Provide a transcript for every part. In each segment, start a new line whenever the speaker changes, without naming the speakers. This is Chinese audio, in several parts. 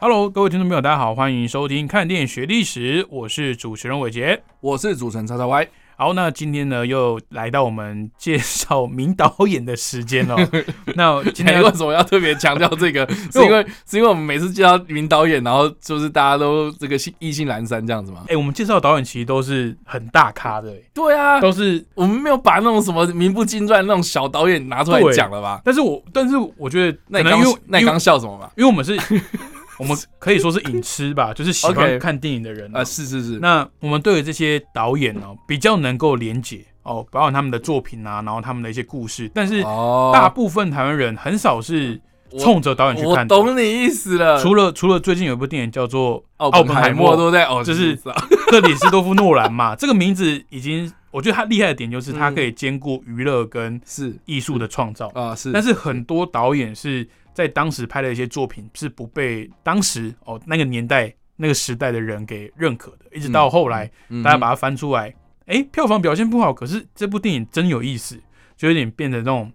Hello，各位听众朋友，大家好，欢迎收听《看电影学历史》，我是主持人伟杰。
我是主持人 叉叉 Y，
好，那今天呢，又来到我们介绍名导演的时间 了。那今
今
天
天
要
为什么要特别强调 这个？是因为是因为我们每次介绍名导演，然后就是大家都这个意兴阑珊这样子吗
哎、？我们介绍的导演其实都是很大咖的、欸
对啊，
都是。
我们没有把那种什么名不经传那种小导演拿出来
对
讲了吧？
但是我，但是我觉得，
那
可能
你刚
因为
那你
因为
刚笑什么吧？
因为我们 是，我们可以说是影痴吧，就是喜欢
OK
看电影的人啊、
啊，是是是，
那我们对于这些导演哦，比较能够连结哦，包括他们的作品啊，然后他们的一些故事。但是
哦
大部分台湾人很少是
我
冲着导演去
我
看的。
懂你意思了。
除了除了最近有一部电影叫做
奥
奥
本
本
海默
默，
对不对？哦，
就是
知道
克里斯多夫诺兰嘛，这个名字已经，我觉得他厉害的点就是他可以兼顾娱乐跟
是
艺术的创造。
啊嗯是，
但是很多导演是在当时拍的一些作品是不被当时哦那个年代那个时代的人给认可的，一直到后来
嗯
大家把它翻出来，哎、票房表现不好，可是这部电影真有意思，就有点变得那种，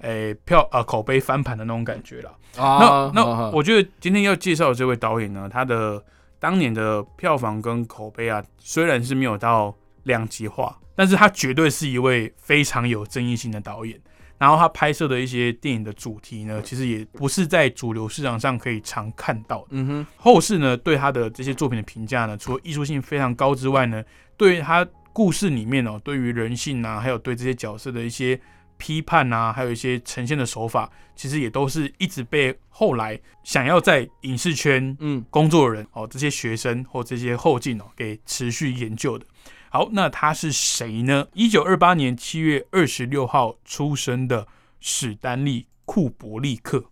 哎、票啊、口碑翻盘的那种感觉了。
啊
那
好
那
好
我觉得今天要介绍的这位导演呢，他的当年的票房跟口碑啊，虽然是没有到两极化，但是他绝对是一位非常有争议性的导演。然后他拍摄的一些电影的主题呢，其实也不是在主流市场上可以常看到的。
嗯哼
后世呢，对他的这些作品的评价呢，除了艺术性非常高之外呢，对于他故事里面哦，对于人性啊，还有对这些角色的一些批判啊，还有一些呈现的手法，其实也都是一直被后来想要在影视圈
嗯
工作的人哦，这些学生或这些后进哦，给持续研究的。好，那他是谁呢？一九二八年七月二十六号出生的史丹利·库伯利克。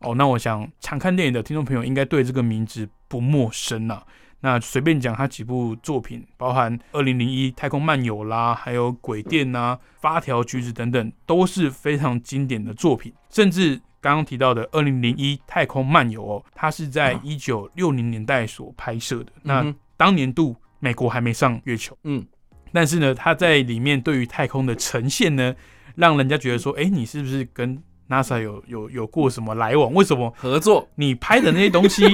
哦，那我想常看电影的听众朋友应该对这个名字不陌生啦、那随便讲他几部作品，包含二零零一《太空漫游》啦，还有《鬼店》呐，《发条橘子》等等，都是非常经典的作品。甚至刚刚提到的二零零一《太空漫游》哦，它是在一九六零年代所拍摄的。那
啊嗯哼
当年度美国还没上月球，
嗯，
但是呢，他在里面对于太空的呈现呢，让人家觉得说，哎、你是不是跟 NASA 有有有过什么来往？为什么
合作
你拍的那些东 西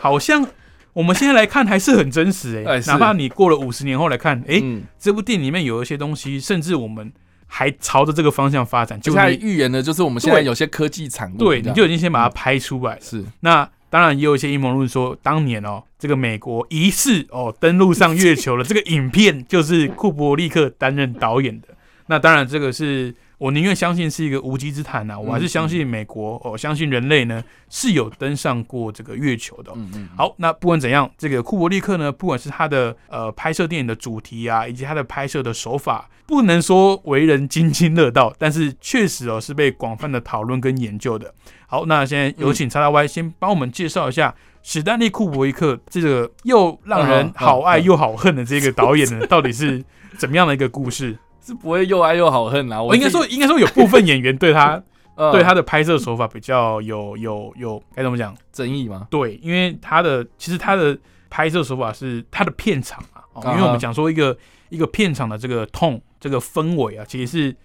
好像我们现在来看还是很真实、诶，哎、
哎是
哪怕你过了五十年后来看，哎、
嗯，
这部电影里面有一些东西，甚至我们还朝着这个方向发展，
就
就是
他
你
预言的就是我们现在有些科技产物这
对，
样，嗯
你就已经先把它拍出来了。
是
那当然也有一些阴谋论说，当年哦，这个美国疑似哦登陆上月球了，这个影片就是库伯利克担任导演的。那当然，这个是我宁愿相信是一个无稽之谈啊呐、我还是相信美国哦，相信人类呢是有登上过这个月球的哦、
嗯嗯，嗯
好，那不管怎样，这个库伯利克呢，不管是他的呃拍摄电影的主题啊，以及他的拍摄的手法，不能说为人津津乐道，但是确实哦是被广泛的讨论跟研究的。好，那现在有请叉叉 Y 先帮我们介绍一下史丹利库伯利克这个又让人
嗯
好爱
嗯
又好恨的这个导演呢，到 底是怎么样的一个故事？
是不会又爱又好恨啦。啊
我应该
自己
说，应该说有部分演员对 他
呃
对他的拍摄手法比较有有有该怎么讲？
争议吗？
对，因为他的其实他的拍摄手法是他的片场啊，哦
啊哈
因为我们讲说一个一个片场的这个痛这个氛围啊，其实是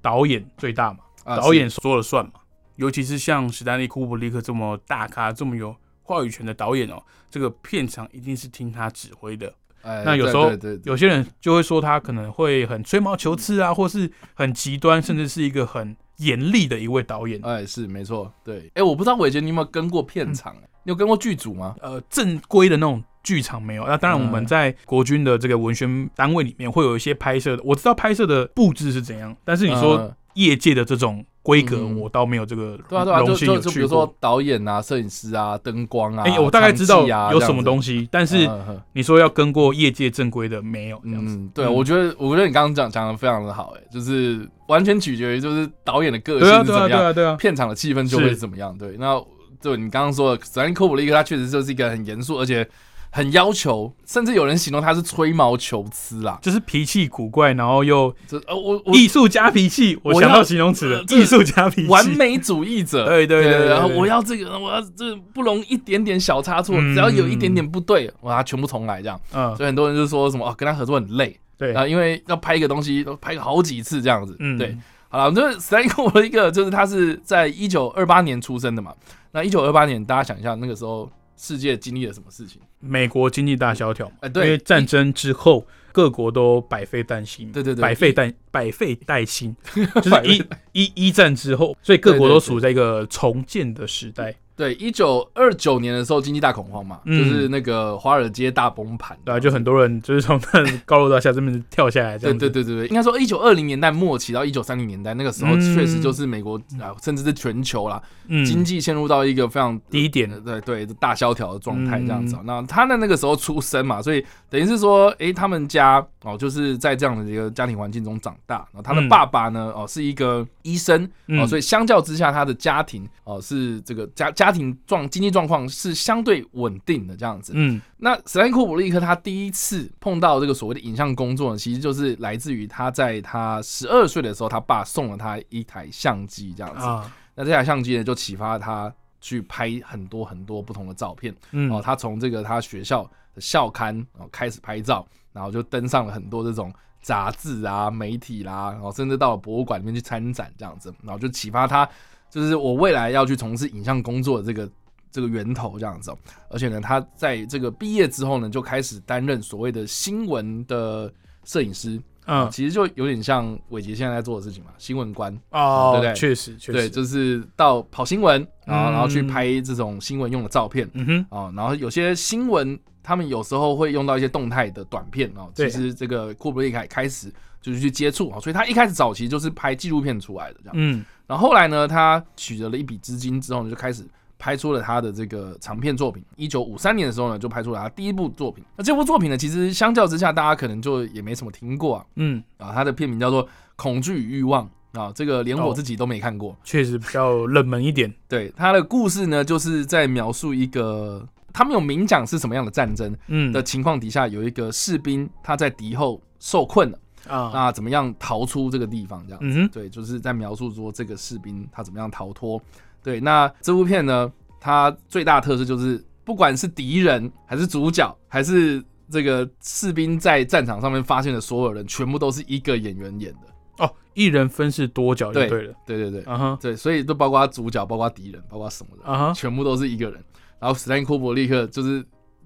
导演最大嘛，
啊
导演说了算嘛。尤其是像史丹利库布里克这么大咖、这么有话语权的导演哦，这个片场一定是听他指挥的。
是哎
那有
对
时候
对对对
有些人就会说他可能会很吹毛求疵啊，或是很极端，甚至是一个很严厉的一位导演。
哎是没错，对哎我不知道伟杰你有没有跟过片场，
嗯
你有跟过剧组吗？
呃正规的那种剧场没有。那当然，我们
嗯
在国军的这个文宣单位里面会有一些拍摄的，我知道拍摄的布置是怎样，但是你说
呃
业界的这种规格，
嗯
我倒没有这个
对啊对啊，就
荣幸
就
有
就比
去
如
过
说。导演啊、摄影师啊、灯光啊，
哎、我大概知道
场记啊
有什么东
西，
西，但是
嗯嗯
你说要跟过业界正规的没有这样子。
嗯，对，
嗯
我觉得我觉得你刚刚讲讲的非常的好，哎，就是完全取决于就是导演的个
对啊，
性是怎
对啊，
么
对
样，
啊，对啊，
片场的气氛就会
是
是怎么样。对，那就你刚刚说的，史丹利库布里克他确实就是一个很严肃，而且很要求，甚至有人形容他是吹毛求疵啦。
就是脾气古怪，然后又
这呃，我我
艺术家脾气，我
我
想
要
到形容词了，
这
艺术家脾气，
完美主义者，
对对对对对
然后我要这个，我要这不容一点点小差错，
嗯
只要有一点点不对，我要全部重来这样。
嗯，
所以很多人就说什么哦，跟他合作很累，
对
然，后因为要拍一个东西，都拍个好几次这样子。
嗯
啊对，好了，就是史丹利的一个，就是他是在一九二八年出生的嘛。那一九二八年，大家想一下那个时候世界经历了什么事情？
美国经济大萧条嘛，
哎
因
对
为战争之后，各国都百废待兴，
对对对
百废待百废待兴， 就
百
是
废
一一一战之后，所以各国
对对
都
对
处在一个重建的时代，
对，一九二九年的时候经济大恐慌嘛，
嗯
就是那个华尔街大崩盘。
对啊，就很多人 就是从那高楼大厦这边跳下来，这
对
样
对
子，
对对对，应该说一九二零年代末期到一九三零年代那个时候，
嗯
确实就是美国啊，甚至是全球啦，经
嗯，
济陷入到一个非常
低点
呃对对大萧条的状态这样
嗯
子哦、那他在那个时候出生嘛，所以等于是说，诶，他们家哦，就是在这样的一个家庭环境中长大。然后他
嗯
的爸爸呢，哦，是一个医生哦，
嗯
所以相较之下，他的家庭哦是这个家家庭状经济状况是相对稳定的这样子。
嗯，
那史丹利库布里克他第一次碰到这个所谓的影像工作呢，其实就是来自于他在他十二岁的时候，他爸送了他一台相机这样子。
啊，
那这台相机呢，就启发他去拍很多很多不同的照片。
嗯，
哦，他从这个他学校的校刊哦开始拍照，然后就登上了很多这种杂志啊、媒体啦、然后甚至到了博物馆里面去参展这样子，然后就启发他，就是我未来要去从事影像工作的这个这个源头这样子、哦。而且呢，他在这个毕业之后呢，就开始担任所谓的新闻的摄影师，
嗯，
其实就有点像伟杰现在在做的事情嘛，新闻官。对不
哦，
对
确实确
对，
实，
就是到跑新闻，然后然后去
嗯
拍这种新闻用的照片，
嗯哼，
哦，然后有些新闻，他们有时候会用到一些动态的短片哦。
对
其实这个库布里克开始就是去接触哦，所以他一开始早期就是拍纪录片出来的这样。
嗯
然后后来呢，他取得了一笔资金之后呢，就开始拍出了他的这个长片作品。一九五三年的时候呢，就拍出了他第一部作品。那这部作品呢，其实相较之下，大家可能就也没什么听过啊。
嗯，
啊，它的片名叫做《恐惧与欲望》啊，这个
哦
连我自己都没看过。
确实比较冷门一点，
对，他的故事呢，就是在描述一个他没有明讲是什么样的战争
嗯
的情况底下，有一个士兵他在敌后受困了，
啊，
那怎么样逃出这个地方？这样，
嗯哼，
对，就是在描述说这个士兵他怎么样逃脱。对，那这部片呢，它最大的特色就是，不管是敌人还是主角，还是这个士兵在战场上面发现的所有人，全部都是一个演员演的。
哦，一人分饰多角就对了，
对对对，
啊哈，
对，所以都包括主角，包括敌人，包括什么人。
啊哈，
全部都是一个人。然后史丹库伯利克就是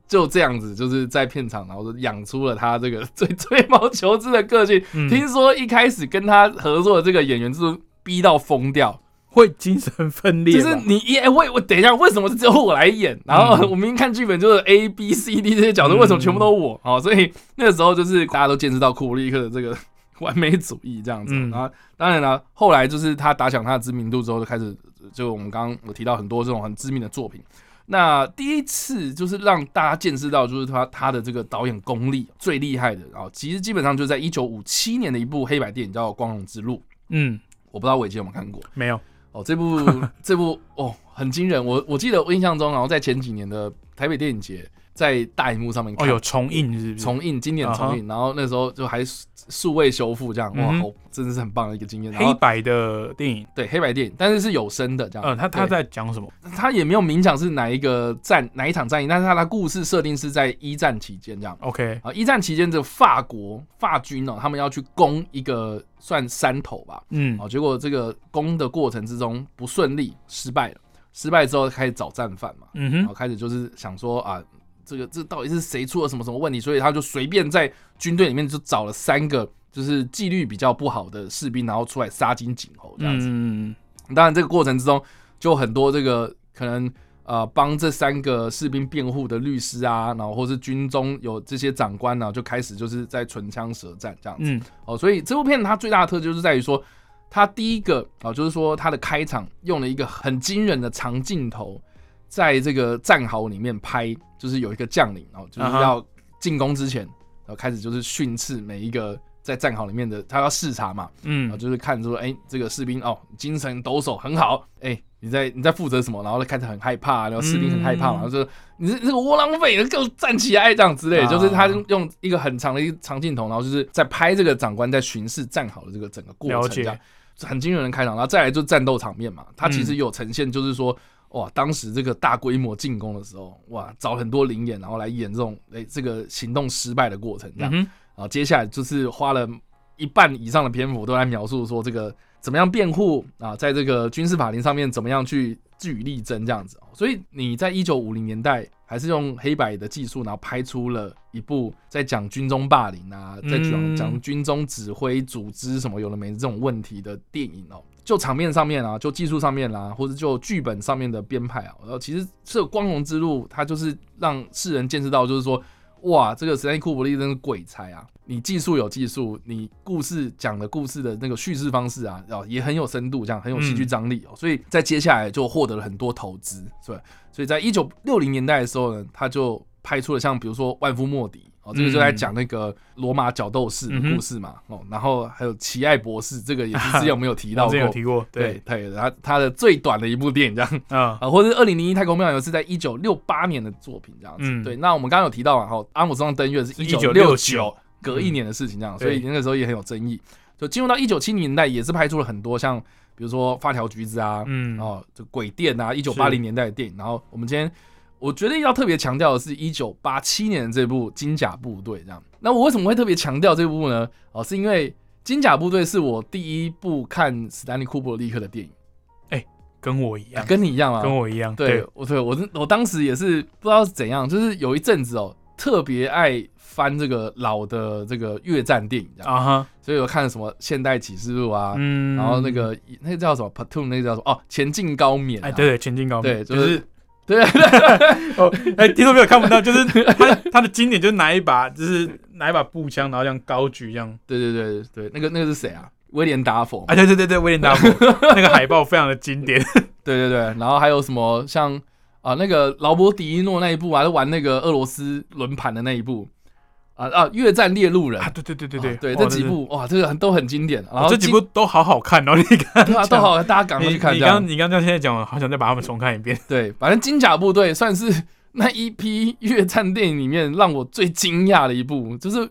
就这样子，就是在片场，然后就养出了他这个 最吹毛求疵的个性。
嗯
听说一开始跟他合作的这个演员就是逼到疯掉，
会精神分裂
就
吧，
是你一哎、我我等一下，为什么是只有我来演？然后
嗯
我明明看剧本就是 A B C D 这些角色，
嗯
为什么全部都我？哦，所以那个时候就是大家都见识到库伯利克的这个完美主义这样子。
嗯
然后当然了，后来就是他打响他的知名度之后，就开始就我们刚刚有提到很多这种很知名的作品。那第一次就是让大家见识到，就是他他的这个导演功力最厉害的，然后其实基本上就在一九五七年的一部黑白电影叫《光荣之路》，
嗯，
我不知道伟杰有没有看过。
没有，
哦，这 部这部哦很惊人，我我记得我印象中，然后在前几年的台北电影节，在大荧幕上面
哦，
看、
有重映是不是？
重映，经典重映，然后那时候就还数数位修复这样，哇，
嗯哼
好真的是很棒的一个经验。然
黑
后
白的电影，
对黑白电影，但是是有声的这样。
呃，他他
对
在讲什么？
他也没有明讲是哪一个战哪一场战役，但是他的故事设定是在一战期间这样。
OK，
啊，一战期间，这个法国法军哦，他们要去攻一个算山头吧，
嗯
哦，结果这个攻的过程之中不顺利，失败了。失败之后开始找战犯嘛，
嗯
然
哼
后开始就是想说啊，这个这到底是谁出了什么什么问题？所以他就随便在军队里面就找了三个就是纪律比较不好的士兵，然后出来杀鸡儆猴这样子。
嗯，
当然这个过程之中，就很多这个可能呃帮这三个士兵辩护的律师啊，然后或是军中有这些长官呢、就开始就是在唇枪舌战这样子。
嗯
哦，所以这部片它最大的特色就是在于说，它第一个啊、就是说它的开场用了一个很惊人的长镜头，在这个战壕里面拍，就是有一个将领哦，就是
啊哈
要进攻之前，然后开始就是训斥每一个在战壕里面的，他要视察嘛，啊、
嗯
就是看说，哎、这个士兵哦，精神抖擞很好，哎、你在你在负责什么？然后开始很害怕，然后士兵很害
嗯
怕嘛，然后就你这这个窝囊废，给我站起来这样之类的，
啊
就是他用一个很长的一个长镜头，然后就是在拍这个长官在巡视站好的这个整个过
了
程，
解
这样很惊人的开场。然后再来就战斗场面嘛，他其实有呈现就是说。哇，当时这个大规模进攻的时候，哇，找很多灵眼，然后来演这种哎、这个行动失败的过程，这样
嗯。哼，
然后啊接下来就是花了一半以上的篇幅都在描述说这个怎么样辩护啊，在这个军事法庭上面怎么样去据理力争这样子哦。所以你在一九五零年代还是用黑白的技术，然后拍出了一部在讲军中霸凌啊，在
嗯
讲讲军中指挥组织什么有的没的这种问题的电影哦。就场面上面啊，就技术上面啦、或者就剧本上面的编排啊，然后其实这个光荣之路，它就是让世人见识到，就是说哇，这个史丹利库伯利真是鬼才啊！你技术有技术，你故事讲的故事的那个叙事方式啊，哦也很有深度，这样很有戏
嗯
剧张力哦。所以在接下来就获得了很多投资，所以所以在一九六零年代的时候呢，他就拍出了像比如说《万夫莫敌》哦，这个就
嗯
在讲那个罗马角斗士的故事嘛、哦，然后还有《奇爱博士》，这个也是之前有没有提
我
到
之
过？
前有提过，
对
对，
对，他他的最短的一部电影这样。
嗯
啊，或者是二零零一太空漫游是在一九六八年的作品这样子。
嗯
对，那我们刚刚有提到嘛，哈，阿姆斯壮登月是
是
一九六
1969
九，隔一年的事情这样，所
对
以那个时候也很有争议。就进入到一九七零年代，也是拍出了很多像比如说《发条橘子》啊，
嗯
然后这《鬼店》啊，一九八零年代的电影。然后我们今天我觉得要特别强调的是一九八七年的这部《金甲部队》这样。那我为什么会特别强调这部呢？哦，是因为《金甲部队》是我第一部看史丹利库伯利克的电影，
跟我一
啊
样，
跟你一样啊，
跟我一样，
对，我对我是我当时也是不知道是怎样，就是有一阵子哦，特别爱翻这个老的这个越战电影这样，
啊哈，
所以我看什么《现代启示录》啊，
嗯，
然后那个那个叫什么 Platoon，那个叫什么哦，《前进高棉、啊》
哎，对对，前进高明
对就
就是
是对
哦，哎，听众朋友看不到，就是他他的经典就是拿一把，就是拿一把步枪，然后这样高举这样。
对对对对，那个那个是谁啊？威廉达佛嘛，
啊，对对对对，威廉 达佛那个海报非常的经典。
对对对，然后还有什么像啊、那个劳勃迪伊诺那一部啊，就玩那个俄罗斯轮盘的那一部啊啊，越战猎鹿人
啊，。对对对对
啊
对，
对，
哦
这几
真是
部哇，这个很都很经典。然
哦
后
这几
今
部都好好看 哦，你看，
对啊，都好，大家赶快
你
去看
你
这样
刚。你刚刚现在讲，我好想再把他们重看一 遍。
对，反正金甲部队算是那一批越战电影里面让我最惊讶的一部，就是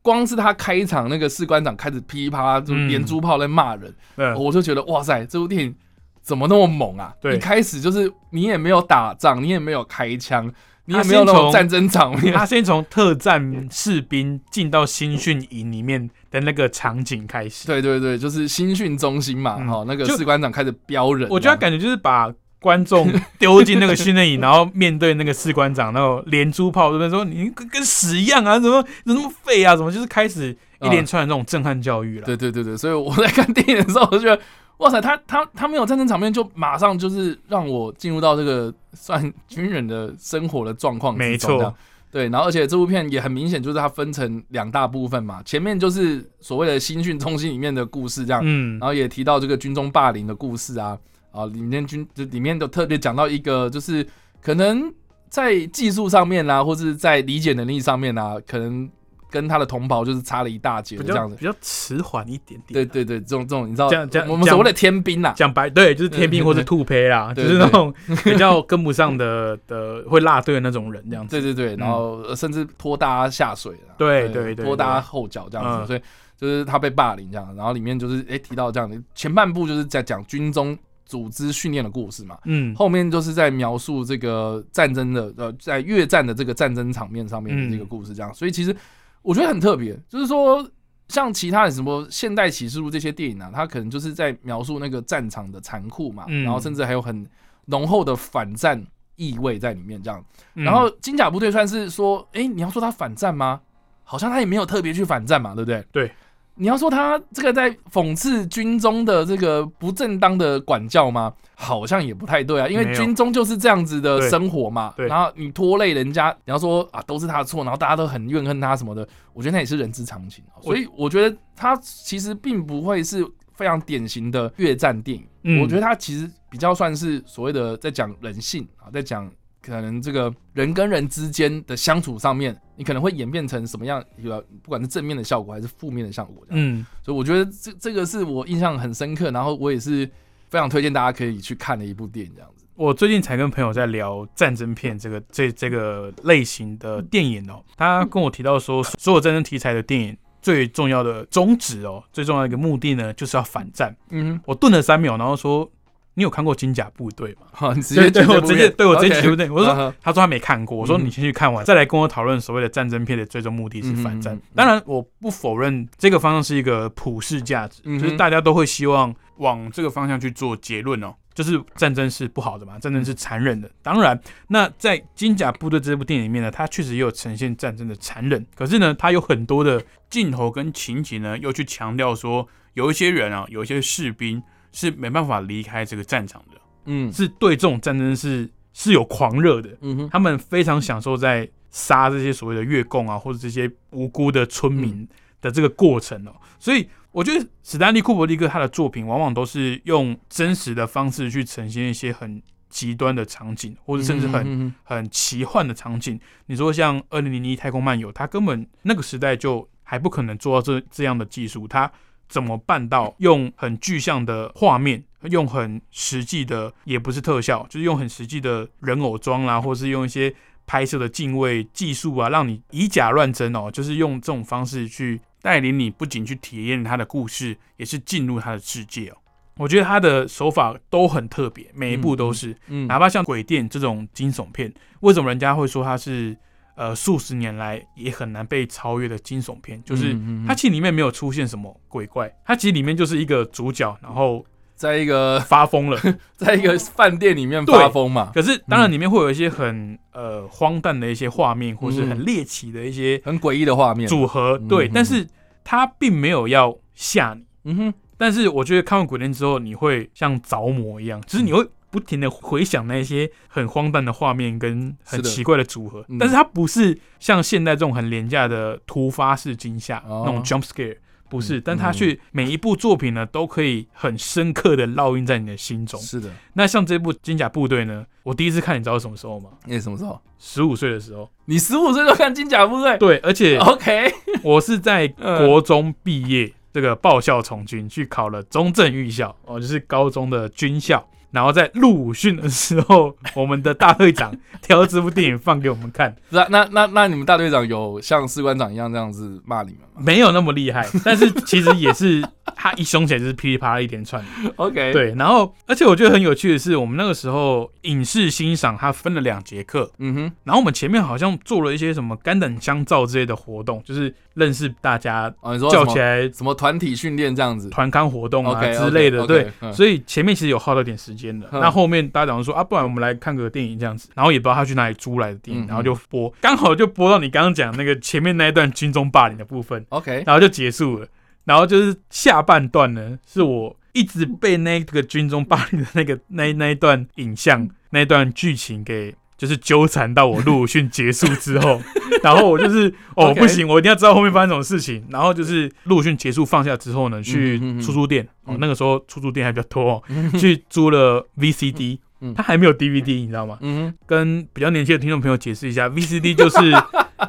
光是他开场那个士官长开始噼里啪啦就
嗯
连珠炮在骂人，
嗯，
我就觉得哇塞，这部电影怎么那么猛啊！
对
一开始就是你也没有打仗，你也没有开枪，你也没
他
有
先
那
从
种战争场面，
他先从特战士兵进到新训营里面的那个场景开始，
对对对，就是新训中心嘛，
嗯
哦，那个
就
士官长开始飙人，
我觉得他感觉就是把观众丢进那个训练营，然后面对那个士官长，然后连珠炮这边说你跟跟屎一样啊，怎么怎么那么废啊，怎么就是开始一连串的那种震撼教育了。
嗯对对对对，所以我在看电影的时候，我就觉得，哇塞，他他他没有战争场面，就马上就是让我进入到这个算军人的生活的状况之中
没错
这样对，然后而且这部片也很明显，就是它分成两大部分嘛，前面就是所谓的新训中心里面的故事这样，
嗯
然后也提到这个军中霸凌的故事啊，啊，里面军就里面都特别讲到一个，就是可能在技术上面啦、或是在理解能力上面啊，可能跟他的同胞就是差了一大截
比
的这样
较
子
比。较迟缓一点点。
对对对，这种这种你知道，
这样这样
我们
这样
所谓的天兵啊呐、
讲白对，就是天兵或是兔胚啦，就
对
是那种比较跟不上的的会落队的那种人这样子。嗯
对对对，然后呃甚至拖大家下水啦，
对对对
拖大家后脚这样
嗯
子，所以就是他被霸凌这样，然后里面就是哎、诶提到这样的前半部就是在讲军中组织训练的故事嘛，
嗯，
后面就是在描述这个战争的呃，在越战的这个战争场面上面的呃这个故事，这样。所以其实我觉得很特别，就是说像其他的什么《现代启示录》这些电影啊，它可能就是在描述那个战场的残酷嘛，
嗯
然后甚至还有很浓厚的反战意味在里面这样。
嗯
然后金甲部队算是说，哎、你要说他反战吗？好像他也没有特别去反战嘛，对不对？
对。
你要说他这个在讽刺军中的这个不正当的管教吗？好像也不太对啊，因
没
为
有
军中就是这样子的
对
生活嘛。
对
然后你拖累人家，你要说啊都是他的错，然后大家都很怨恨他什么的，我觉得那也是人之常情。哦
我
所以我觉得他其实并不会是非常典型的越战电影。
嗯
我觉得它其实比较算是所谓的在讲人性啊，在讲可能这个人跟人之间的相处上面，你可能会演变成什么样，有不管是正面的效果还是负面的效果这样。
嗯，
所以我觉得这这个是我印象很深刻，然后我也是非常推荐大家可以去看的一部电影，这样子。
我最近才跟朋友在聊战争片这个这这个类型的电影哦，他跟我提到说，所有战争题材的电影最重要的宗旨哦，最重要的一个目的呢，就是要反战。
嗯，
我顿了三秒，然后说：“你有看过《金甲部队》吗
好，你？”直
对
接
对，
举这
我
部
直接
片
对我直接
OK
举部队，我
嗯
说
哼
他说他没看过，我说
嗯
你先去看完，再来跟我讨论所谓的战争片的最终目的是反战。
嗯嗯嗯嗯
当然，我不否认这个方向是一个普世价值，
嗯哼
就是大家都会希望往这个方向去做结论哦。就是战争是不好的嘛，战争是残忍的。当然，那在《金甲部队》这部电影里面呢，它确实也有呈现战争的残忍，可是呢，它有很多的镜头跟情节呢，又去强调说，有一些人啊，有一些士兵是没办法离开这个战场的。
嗯
是对这种战争是是有狂热的，
嗯哼，
他们非常享受在杀这些所谓的越共啊，或者这些无辜的村
嗯
民的这个过程哦、所以我觉得史丹利库伯利克他的作品往往都是用真实的方式去呈现一些很极端的场景，或者甚至很
嗯
很奇幻的场景。你说像《二零零一太空漫游》，它根本那个时代就还不可能做到这这样的技术，它怎么办到用很具象的画面，用很实际的，也不是特效，就是用很实际的人偶装啦，或是用一些拍摄的敬畏技术啊，让你以假乱真哦，就是用这种方式去带领你，不仅去体验它的故事，也是进入它的世界哦。我觉得他的手法都很特别，每一步都是。
嗯
哪怕像《鬼店》这种惊悚片，为什么人家会说它是呃数十年来也很难被超越的惊悚片？就是
嗯嗯嗯
它其实里面没有出现什么鬼怪，它其实里面就是一个主角，然后
在一个
发疯 了。
在一个饭店里面发疯嘛，
可是当然里面会有一些很呃荒诞的一些画面，或是
嗯
很猎奇的一些
很诡异的画面。
组合，
嗯
对
嗯，
但是它并没有要吓你。
嗯哼，
但是我觉得看完《鬼店》之后，你会像着魔一样，就是
嗯
你会不停的回想那些很荒诞的画面跟很
是的
奇怪的组合。
嗯
但是它不是像现代这种很廉价的突发式惊吓、
哦
那种 jump scare，不是。
嗯
但它却每一部作品呢，都可以很深刻的烙印在你的心中。
是的。
那像这部《金甲部队》呢，我第一次看，你知道是什么时候吗？
你哎什么时候？
十五岁的时候。
你十五岁就看《金甲部队》
对，而且
？OK，
我是在
嗯
国中毕业，这个报效从军，去考了中正预校，哦，就是高中的军校。然后在入伍训的时候，我们的大队长挑这部电影放给我们看，
不是啊、那那那你们大队长有像士官长一样这样子骂你们吗
没有那么厉害，但是其实也是他一凶起来就是噼里啪啦一连 串。
？OK，，
对，然后而且我觉得很有趣的是，我们那个时候影视欣赏它分了两节课，
嗯哼，
然后我们前面好像做了一些什么肝胆相照之类的活动，就是认识大家
哦，你说
叫
什么
起来
什么团体训练这样子
团刊活动啊
OK，OK，
之类的，
OK，
对
嗯，
所以前面其实有耗到点时间的。
嗯
那后面大家讲说啊，不然我们来看个电影这样子，然后也不知道他去哪里租来的电
嗯
影，
嗯
然后就播，刚好就播到你刚刚讲那个前面那一段军中霸凌的部分，
？OK，
然后就结束了。然后就是下半段呢，是我一直被那个军中霸凌的那个那那一段影像
嗯
那一段剧情给。就是纠缠到我陆武训结束之后，然后我就是哦
OK
不行，我一定要知道后面发生什么事情。然后就是陆武训结束放下之后呢，去
嗯嗯嗯
出租店，哦
嗯
那个时候出租店还比较多、哦，去租了 VCD，
嗯
它还没有 DVD，你知道吗？
嗯
跟比较年轻的听众朋友解释一下，VCD 就是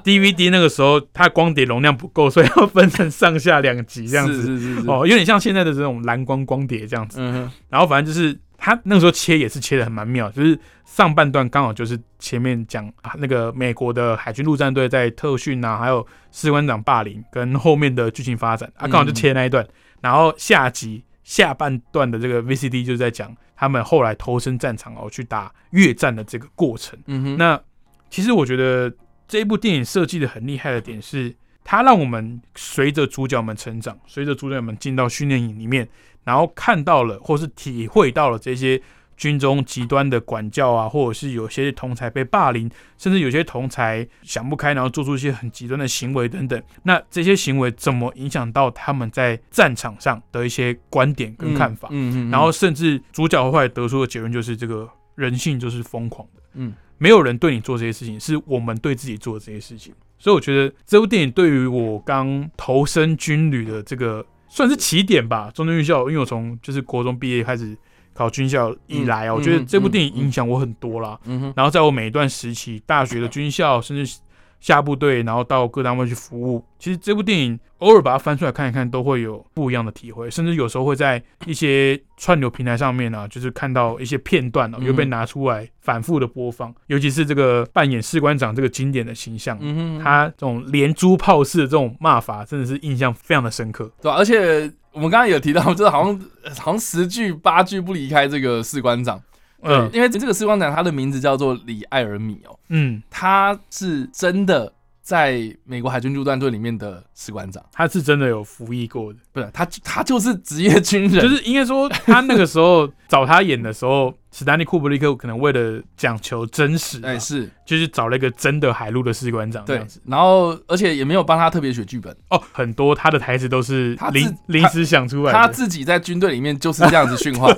DVD，那个时候它光碟容量不够，所以要分成上下两集
哼，
这样子。
是是是是，
哦，有点像现在的这种蓝光光碟这样子。
嗯哼，
然后反正就是它那个时候切也是切的很蛮妙，就是上半段刚好就是前面讲啊那个美国的海军陆战队在特训啊，还有士官长霸凌跟后面的剧情发展
嗯
啊，刚好就切那一段。然后下集下半段的这个 VCD 就是在讲他们后来投身战场哦，去打越战的这个过程。
嗯哼，
那其实我觉得这一部电影设计的很厉害的点是，它让我们随着主角们成长，随着主角们进到训练营里面，然后看到了或是体会到了这些军中极端的管教啊，或者是有些同才被霸凌，甚至有些同才想不开，然后做出一些很极端的行为等等。那这些行为怎么影响到他们在战场上的一些观点跟看法？
嗯嗯嗯
然后甚至主角后来得出的结论就是，这个人性就是疯狂的，
嗯，
没有人对你做这些事情，是我们对自己做这些事情。所以我觉得这部电影对于我刚投身军旅的这个算是起点吧，中正预校，因为我从就是国中毕业开始考军校以来啊，
嗯
我觉得这部电影
嗯嗯
影响我很多啦。
嗯哼，
然后在我每一段时期，大学的军校，甚至下部队，然后到各单位去服务。其实这部电影偶尔把它翻出来看一看，都会有不一样的体会，甚至有时候会在一些串流平台上面啊，就是看到一些片段哦、
嗯
又被拿出来反复的播放。尤其是这个扮演士官长这个经典的形象，
嗯哼，
他这种连珠炮式的这种骂法，真的是印象非常的深刻。
对啊、而且我们刚刚有提到，就是好像好像十句八句不离开这个士官长，
嗯
因为这个士官长他的名字叫做李艾尔米哦，
嗯，
他是真的在美国海军陆战队里面的士官长，
他是真的有服役过的。
不是他他就是职业军人，
就是应该说，他那个时候找他演的时候，史丹利库布里克可能为了讲求真实啊、
哎是
就是找了一个真的海陆的士官长这
对
样子。，
然后而且也没有帮他特别写剧本，
哦，很多他的台词都是
他自
临临时想出来
他
的。
自己在军队里面就是这样子 训话，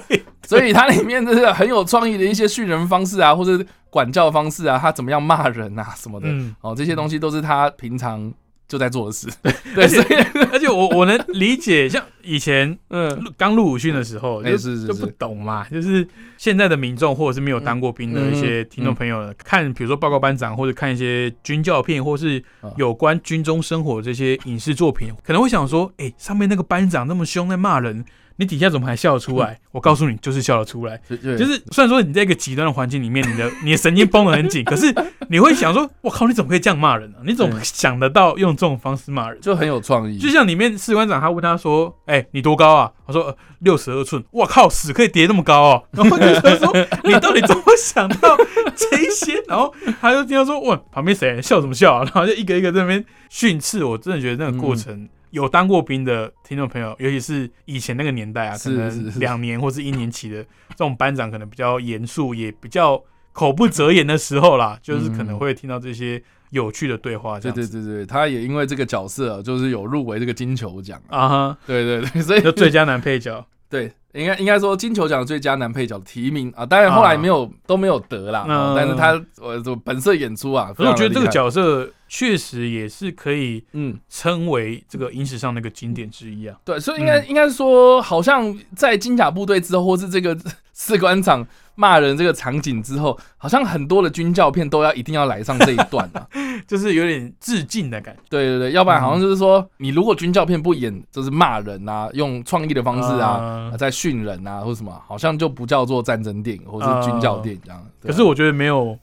所以他里面就是很有创意的一些训人方式啊，或者管教方式啊，他怎么样骂人啊什么的，
嗯，
哦，这些东西都是他平常就在做的事， 对，所以
而且我我能理解，像以前
嗯，
刚入伍训的时候，
哎
就是
是
就是不懂嘛，就是现在的民众或者是没有当过兵的
嗯
一些听众朋友，看比如说报告班长或者看一些军教片，或是
啊
有关军中生活这些影视作品，可能会想说，哎、上面那个班长那么凶在骂人，你底下怎么还笑得出来？我告诉你，就是笑得出来。
就
就是虽然说你在一个极端的环境里面，你的你的神经绷得很紧，可是你会想说，我靠，你怎么可以这样骂人呢、啊你怎么
对
想得到用这种方式骂人？
就很有创意，
就像里面士官长他问他说：“哎、你多高啊？”他说：“六十二寸。”我靠，屎可以叠那么高哦！ 然后就 说：“你到底怎么想到这一些？”然后他就听到说：“哇，旁边谁笑什么笑、啊？”然 后就一个一个在那边训斥。我真的觉得那个过程，
嗯
有当过兵的听众朋友，尤其是以前那个年代啊，可
是是
能
是
两年或是一年期的这种班长，可能比较严肃，也比较口不择言的时候啦，就是可能会听到这些有趣的对话，这
对
样
嗯对
子
对对，他也因为这个角色、啊、就是有入围这个金球奖啊，
啊哈，
对对 对，所以
就最佳男配角。
对，应该应该说金球奖最佳男配角的提名啊，当然后来没有、都没有得啦，啊
嗯
但是他我我本色演出啊，
可是我觉得这
非常
个
的厉害，
角色确实也是可以
嗯，
称为这个影史上那个经典之一啊。
对，所以应该、
嗯
应该说，好像在金甲部队之后，或是这个 士官长骂人这个场景之后，好像很多的军教片都要一定要来上这一段啊，
就是有点致敬的感觉。
对对对，要不然
嗯
好像就是说，你如果军教片不演，就是骂人啊，用创意的方式啊。
啊
啊在训人啊，或者什么，好像就不叫做战争电影或是军教电影这样。对
可
啊
是我觉得没有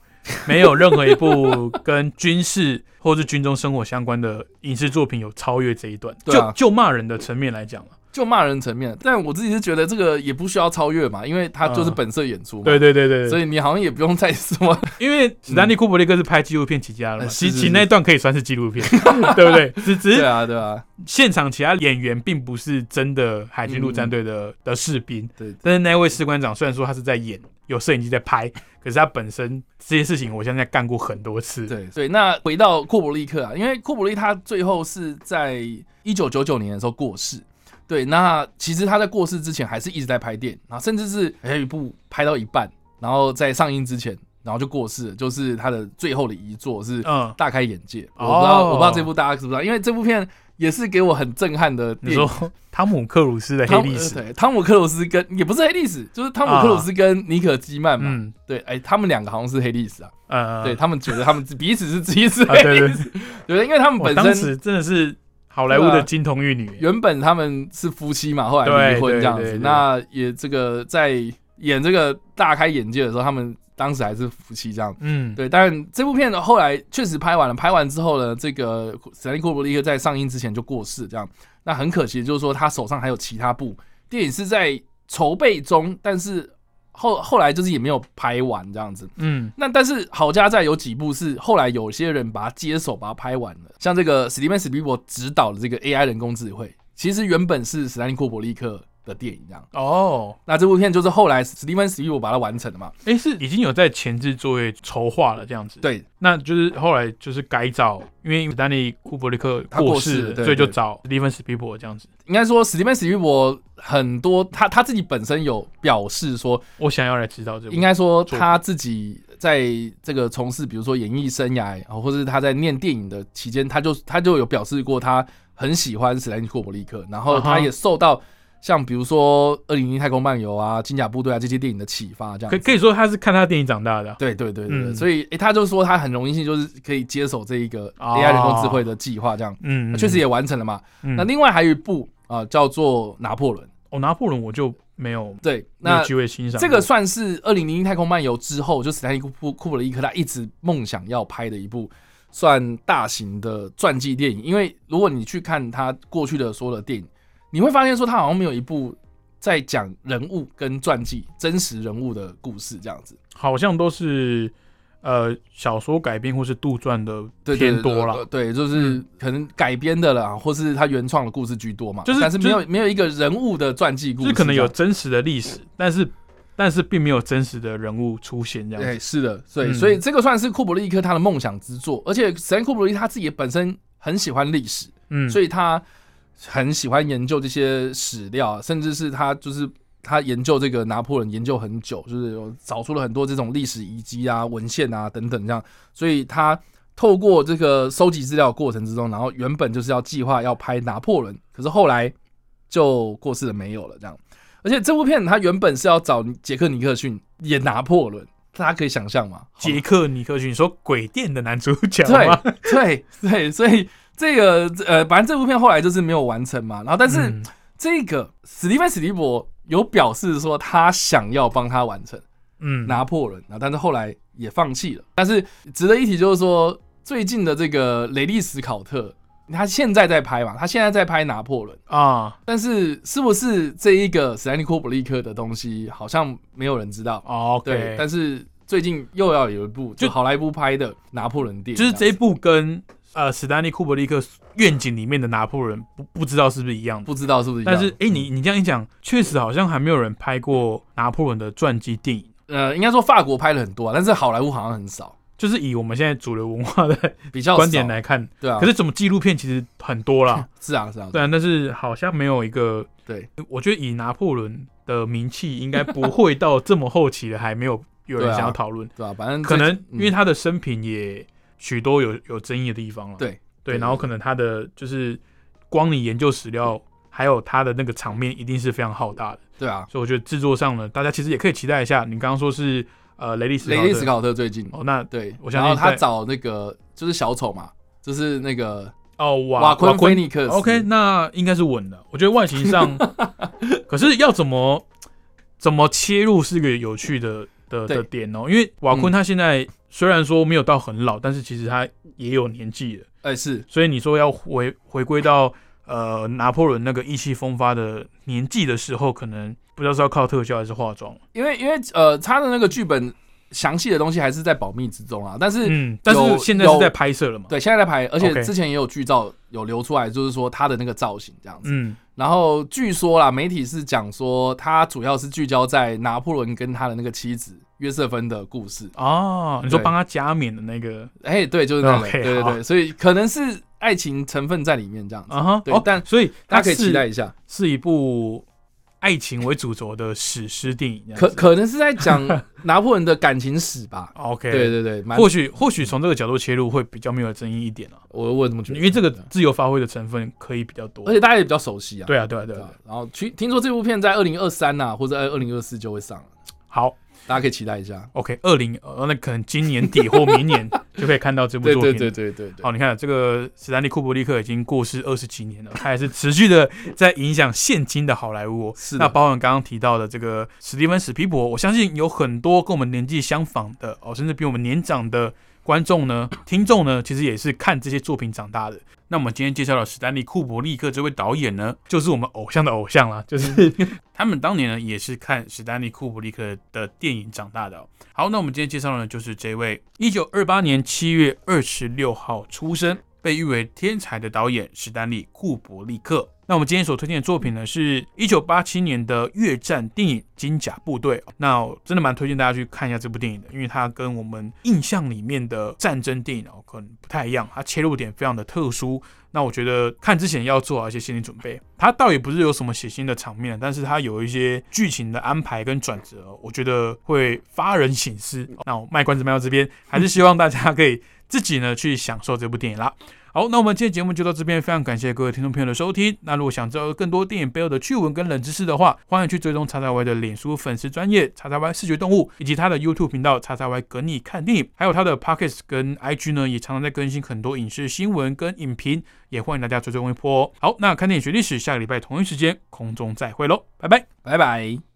没有任何一部跟军事或是军中生活相关的影视作品有超越这一段。
对啊
就就骂人的层面来讲嘛，
就骂人层面，但我自己是觉得这个也不需要超越嘛，因为他就是本色演出嘛。
嗯对对对对
啊所
以
以你好像也不用 再说，
因为史丹利库布里克是拍纪录片起家的嘛，
呃
其
是是
其
是
那一段可以算是纪录片， 对不对？只只
对
是
啊，对啊，
现场其他演员并不是真的海军陆战队的、的士兵，
对，
但是那位士官长虽然说他是在演，有摄影机在拍，可是他本身这些事情，我相信他干过很多次。，
对对。那回到库伯利克啊，因为库伯利他最后是在一九九九年的时候过世，对。那其实他在过世之前还是一直在拍电影，啊，甚至是还有一部拍到一半，然后在上映之前，然后就过世了，就是他的最后的遗作是
嗯，
大开眼界。
哦
我不知道，我不知道这部大家知不知道，因为这部片也是给我很震撼的
你
电影。
说汤姆克鲁斯的黑
汤
历
呃
史，
对，汤姆克鲁斯跟也不是黑历史，就是汤姆克鲁斯跟尼可基曼嘛。
嗯
对，哎、他们两个好像是黑历史啊。
呃，
对他们觉得他们 彼此是彼此
啊
黑
对
历
对
史， 对，因为他们
我
本
当
身
时真的是好莱坞
对
的
啊
金童玉女，
原本他们是夫妻嘛，后来
对
离婚
对
这样子。
对对
那也这个在演这个大开眼界的时候，他们当时还是夫妻这样。
嗯，
对，但这部片呢，后来确实拍完了，拍完之后呢，这个史丹利库布里克在上映之前就过世，这样，那很可惜，就是说他手上还有其他部电影是在筹备中，但是后后来就是也没有拍完这样子。
嗯，
那但是好家在有几部是后来有些人把它接手把它拍完了，像这个史蒂芬史皮伯执导的这个 AI 人工智慧，其实原本是史丹利库布里克的电影这样。
哦，
那这部片就是后来史蒂芬史皮伯把它完成的嘛？
哎，是已经有在前置作业筹划了这样子，，
对，
那就是后来就是改找，因为史丹利库布里克
他过世
世
了对
所以就
对
找史蒂芬史皮伯这样子，
应该说史蒂芬史蒂伯很多他他自己本身有表示说，
我想要来指导这部
应，该说
作
他自己在这个从事比如说演艺生涯，哦或是他在念电影的期间，他就他就有表示过他很喜欢史莱尼库伯利克，然后
啊哈
他也受到。像比如说《二零零太空漫游》啊，《金甲部队》啊这些电影的启发，这样
可
子。
可以说他是看他电影长大的啊、
对对对对，对
嗯
所以诶、他就说他很荣幸，就是可以接手这一个
哦
AI 人工智慧的计划，这样
嗯，
那确、实也完成了嘛。
嗯。
那
那
另外还有一部啊、呃叫做《拿破仑》，
哦，拿破仑我就没有
对，
没有
那
机会欣赏
这个
过
算是二零零一太空漫游之后，就史坦利库库库布里克他一直梦想要拍的一部算大型的传记电影。因为如果你去看他过去的所有的电影，你会发现说他好像没有一部在讲人物跟传记真实人物的故事这样子。
好像都是呃小说改编或是杜撰的
对
偏多嗯
对
了。
对，就是可能改编的啦，或是他原创的故事居多嘛。
就是
但是没
就
有没有一个人物的传记故
就
事
是
这样，
可能有真实的历史，但是但是并没有真实的人物出现这样
对，
子。
哎是的，所以、
嗯
所以这个算是库伯利克他的梦想之作，而且史丹库伯利克他自己也本身很喜欢历史，
嗯，
所
以
以他很喜欢研究这些史料，甚至是他就是他研究这个拿破仑研究很久，啊就是有找出了很多这种历史遗迹啊、文献啊等等这样，所以他透过这个收集资料的过程之中，然后原本就是要计划要拍拿破仑，可是后来就过世了，没有了这样。而且这部片他原本是要找杰克尼克逊演拿破仑，大家可以想象吗？
杰克尼克逊你说鬼店的男主角吗？
对对对，所以这个呃，反正这部片后来就是没有完成嘛。然后，但是、
嗯
这个史蒂芬史蒂博有表示说他想要帮他完成
嗯，
拿破仑，然后但是后来也放弃了。但是值得一提就是说，最近的这个雷利史考特，他现在在拍嘛，他现在在拍拿破仑，
啊
但是是不是这一个史丹利库布里克的东西，好像没有人知道。
哦
对，
，OK，
但是最近又要有一部就
就
好莱坞拍的拿破仑电影，
就是这
样
一
子
部跟呃史丹利库伯利克愿景里面的拿破仑不不知道是不是一样的。
不知道是不是一样。嗯
但是，哎、你你这样一讲，确实好像还没有人拍过拿破仑的传记电影，
呃，应该说法国拍了很多、啊，但是好莱坞好像很少，
就是以我们现在主流文 化的
比较
观点
少
来看，
对啊。
可是怎么纪录片其实很多 啦，
是啊是啊，
对啊，但是好像没有一个
对，
我觉得以拿破仑的名气，应该不会到这么后期了，还没有有人
对啊
想要讨论，
对吧、反正
可
最
能因
嗯
为他的生平也许多有有争议的地方了，
对
对，
对
然后可能他的就是光你研究史料，还有他的那个场面一定是非常浩大的，
对啊，
所以我觉得制作上呢，大家其实也可以期待一下。你刚刚说是呃雷利斯
雷利史考特最近
哦，那
对，
我相
然后
信
他
在
找那个就是小丑嘛，就是那个
哦瓦
瓦昆菲尼克斯
OK，那应该是稳的。我觉得外形 上，可是要怎么怎么切入是一个有趣的的
对嗯
的点哦、因为瓦昆他现在虽然说没有到很老，但是其实他也有年纪了，
哎、是
所以你说要回回归到呃拿破仑那个意气风发的年纪的时候，可能不知道是要靠特效还是化妆。
因为因为呃他的那个剧本详细的东西还是在保密之中啊，但是、
嗯，但
有
是现在是
有
在拍摄了嘛？
对现在在拍，而且
OK
之前也有剧照有流出来，就是说他的那个造型这样子。
嗯，
然后据说啦，媒体是讲说他主要是聚焦在拿破仑跟他的那个妻子约瑟芬的故事。
哦，你说
对
帮他加冕的那个
哎、对，就是那个
OK，
对对
好
对，所以可能是爱情成分在里面这样子。
啊哈，
对
哦
但
所以它
大家可以期
是
待一下。
是一部爱情为主轴的史诗电影这样
可
子，
可能是在讲拿破仑的感情史吧。
OK，
对对对，蛮
或许或许从这个角度切入会比较没有争议一点啊，
我我怎么觉得？
因为这个自由发挥的成分可以比较多。
嗯而且大家也比较熟悉啊。
对啊，对啊，对
对
啊
啊。。然后去听说这部片在二零二三呐，或者二零二四就会上了，
好
大家可以期待一下。
，OK，二零呃，那可能今年底或明 年就可以看到这部
对
作品。
对对对对对。
好，你看这个史丹利库伯利克已经过世二十几年了，他还是持续的在影响现今的好莱坞、哦。
是的
那包含刚刚提到的这个史蒂芬史皮博，我相信有很多跟我们年纪相仿的哦，甚至比我们年长的观众呢、 听众呢，其实也是看这些作品长大的。那我们今天介绍的史丹利库伯利克这位导演呢，就是我们偶像的偶像啦， 就是 他们当年呢也是看史丹利库伯利克的电影长大的、哦。好，那我们今天介绍的呢，就是这位一九二八年七月二十六号出生，被誉为天才的导演史丹利·库伯利克。那我们今天所推荐的作品呢，是一九八七年的越战电影《金甲部队》。哦那我真的蛮推荐大家去看一下这部电影的，因为它跟我们印象里面的战争电影哦可能不太一样，它切入点非常的特殊。那我觉得看之前要做好一些心理准备。它倒也不是有什么血腥的场面，但是它有一些剧情的安排跟转折，哦我觉得会发人省思。那我卖关子卖到这边，还是希望大家可以自己呢去享受这部电影啦。好，那我们今天节目就到这边，非常感谢各位听众朋友的收听。那如果想知道更多电影背后的趣闻跟冷知识的话，欢迎去追踪叉叉 Y 的脸书粉丝专业叉叉 Y 视觉动物，以及他的 YouTube 频道叉叉 Y 跟你看电影，还有他的 Pockets 跟 IG 呢，也常常在更新很多影视新闻跟影评，也欢迎大家追踪微波哦。好，那看电影学历史，下个礼拜同一时间空中再会喽，拜拜。
拜拜。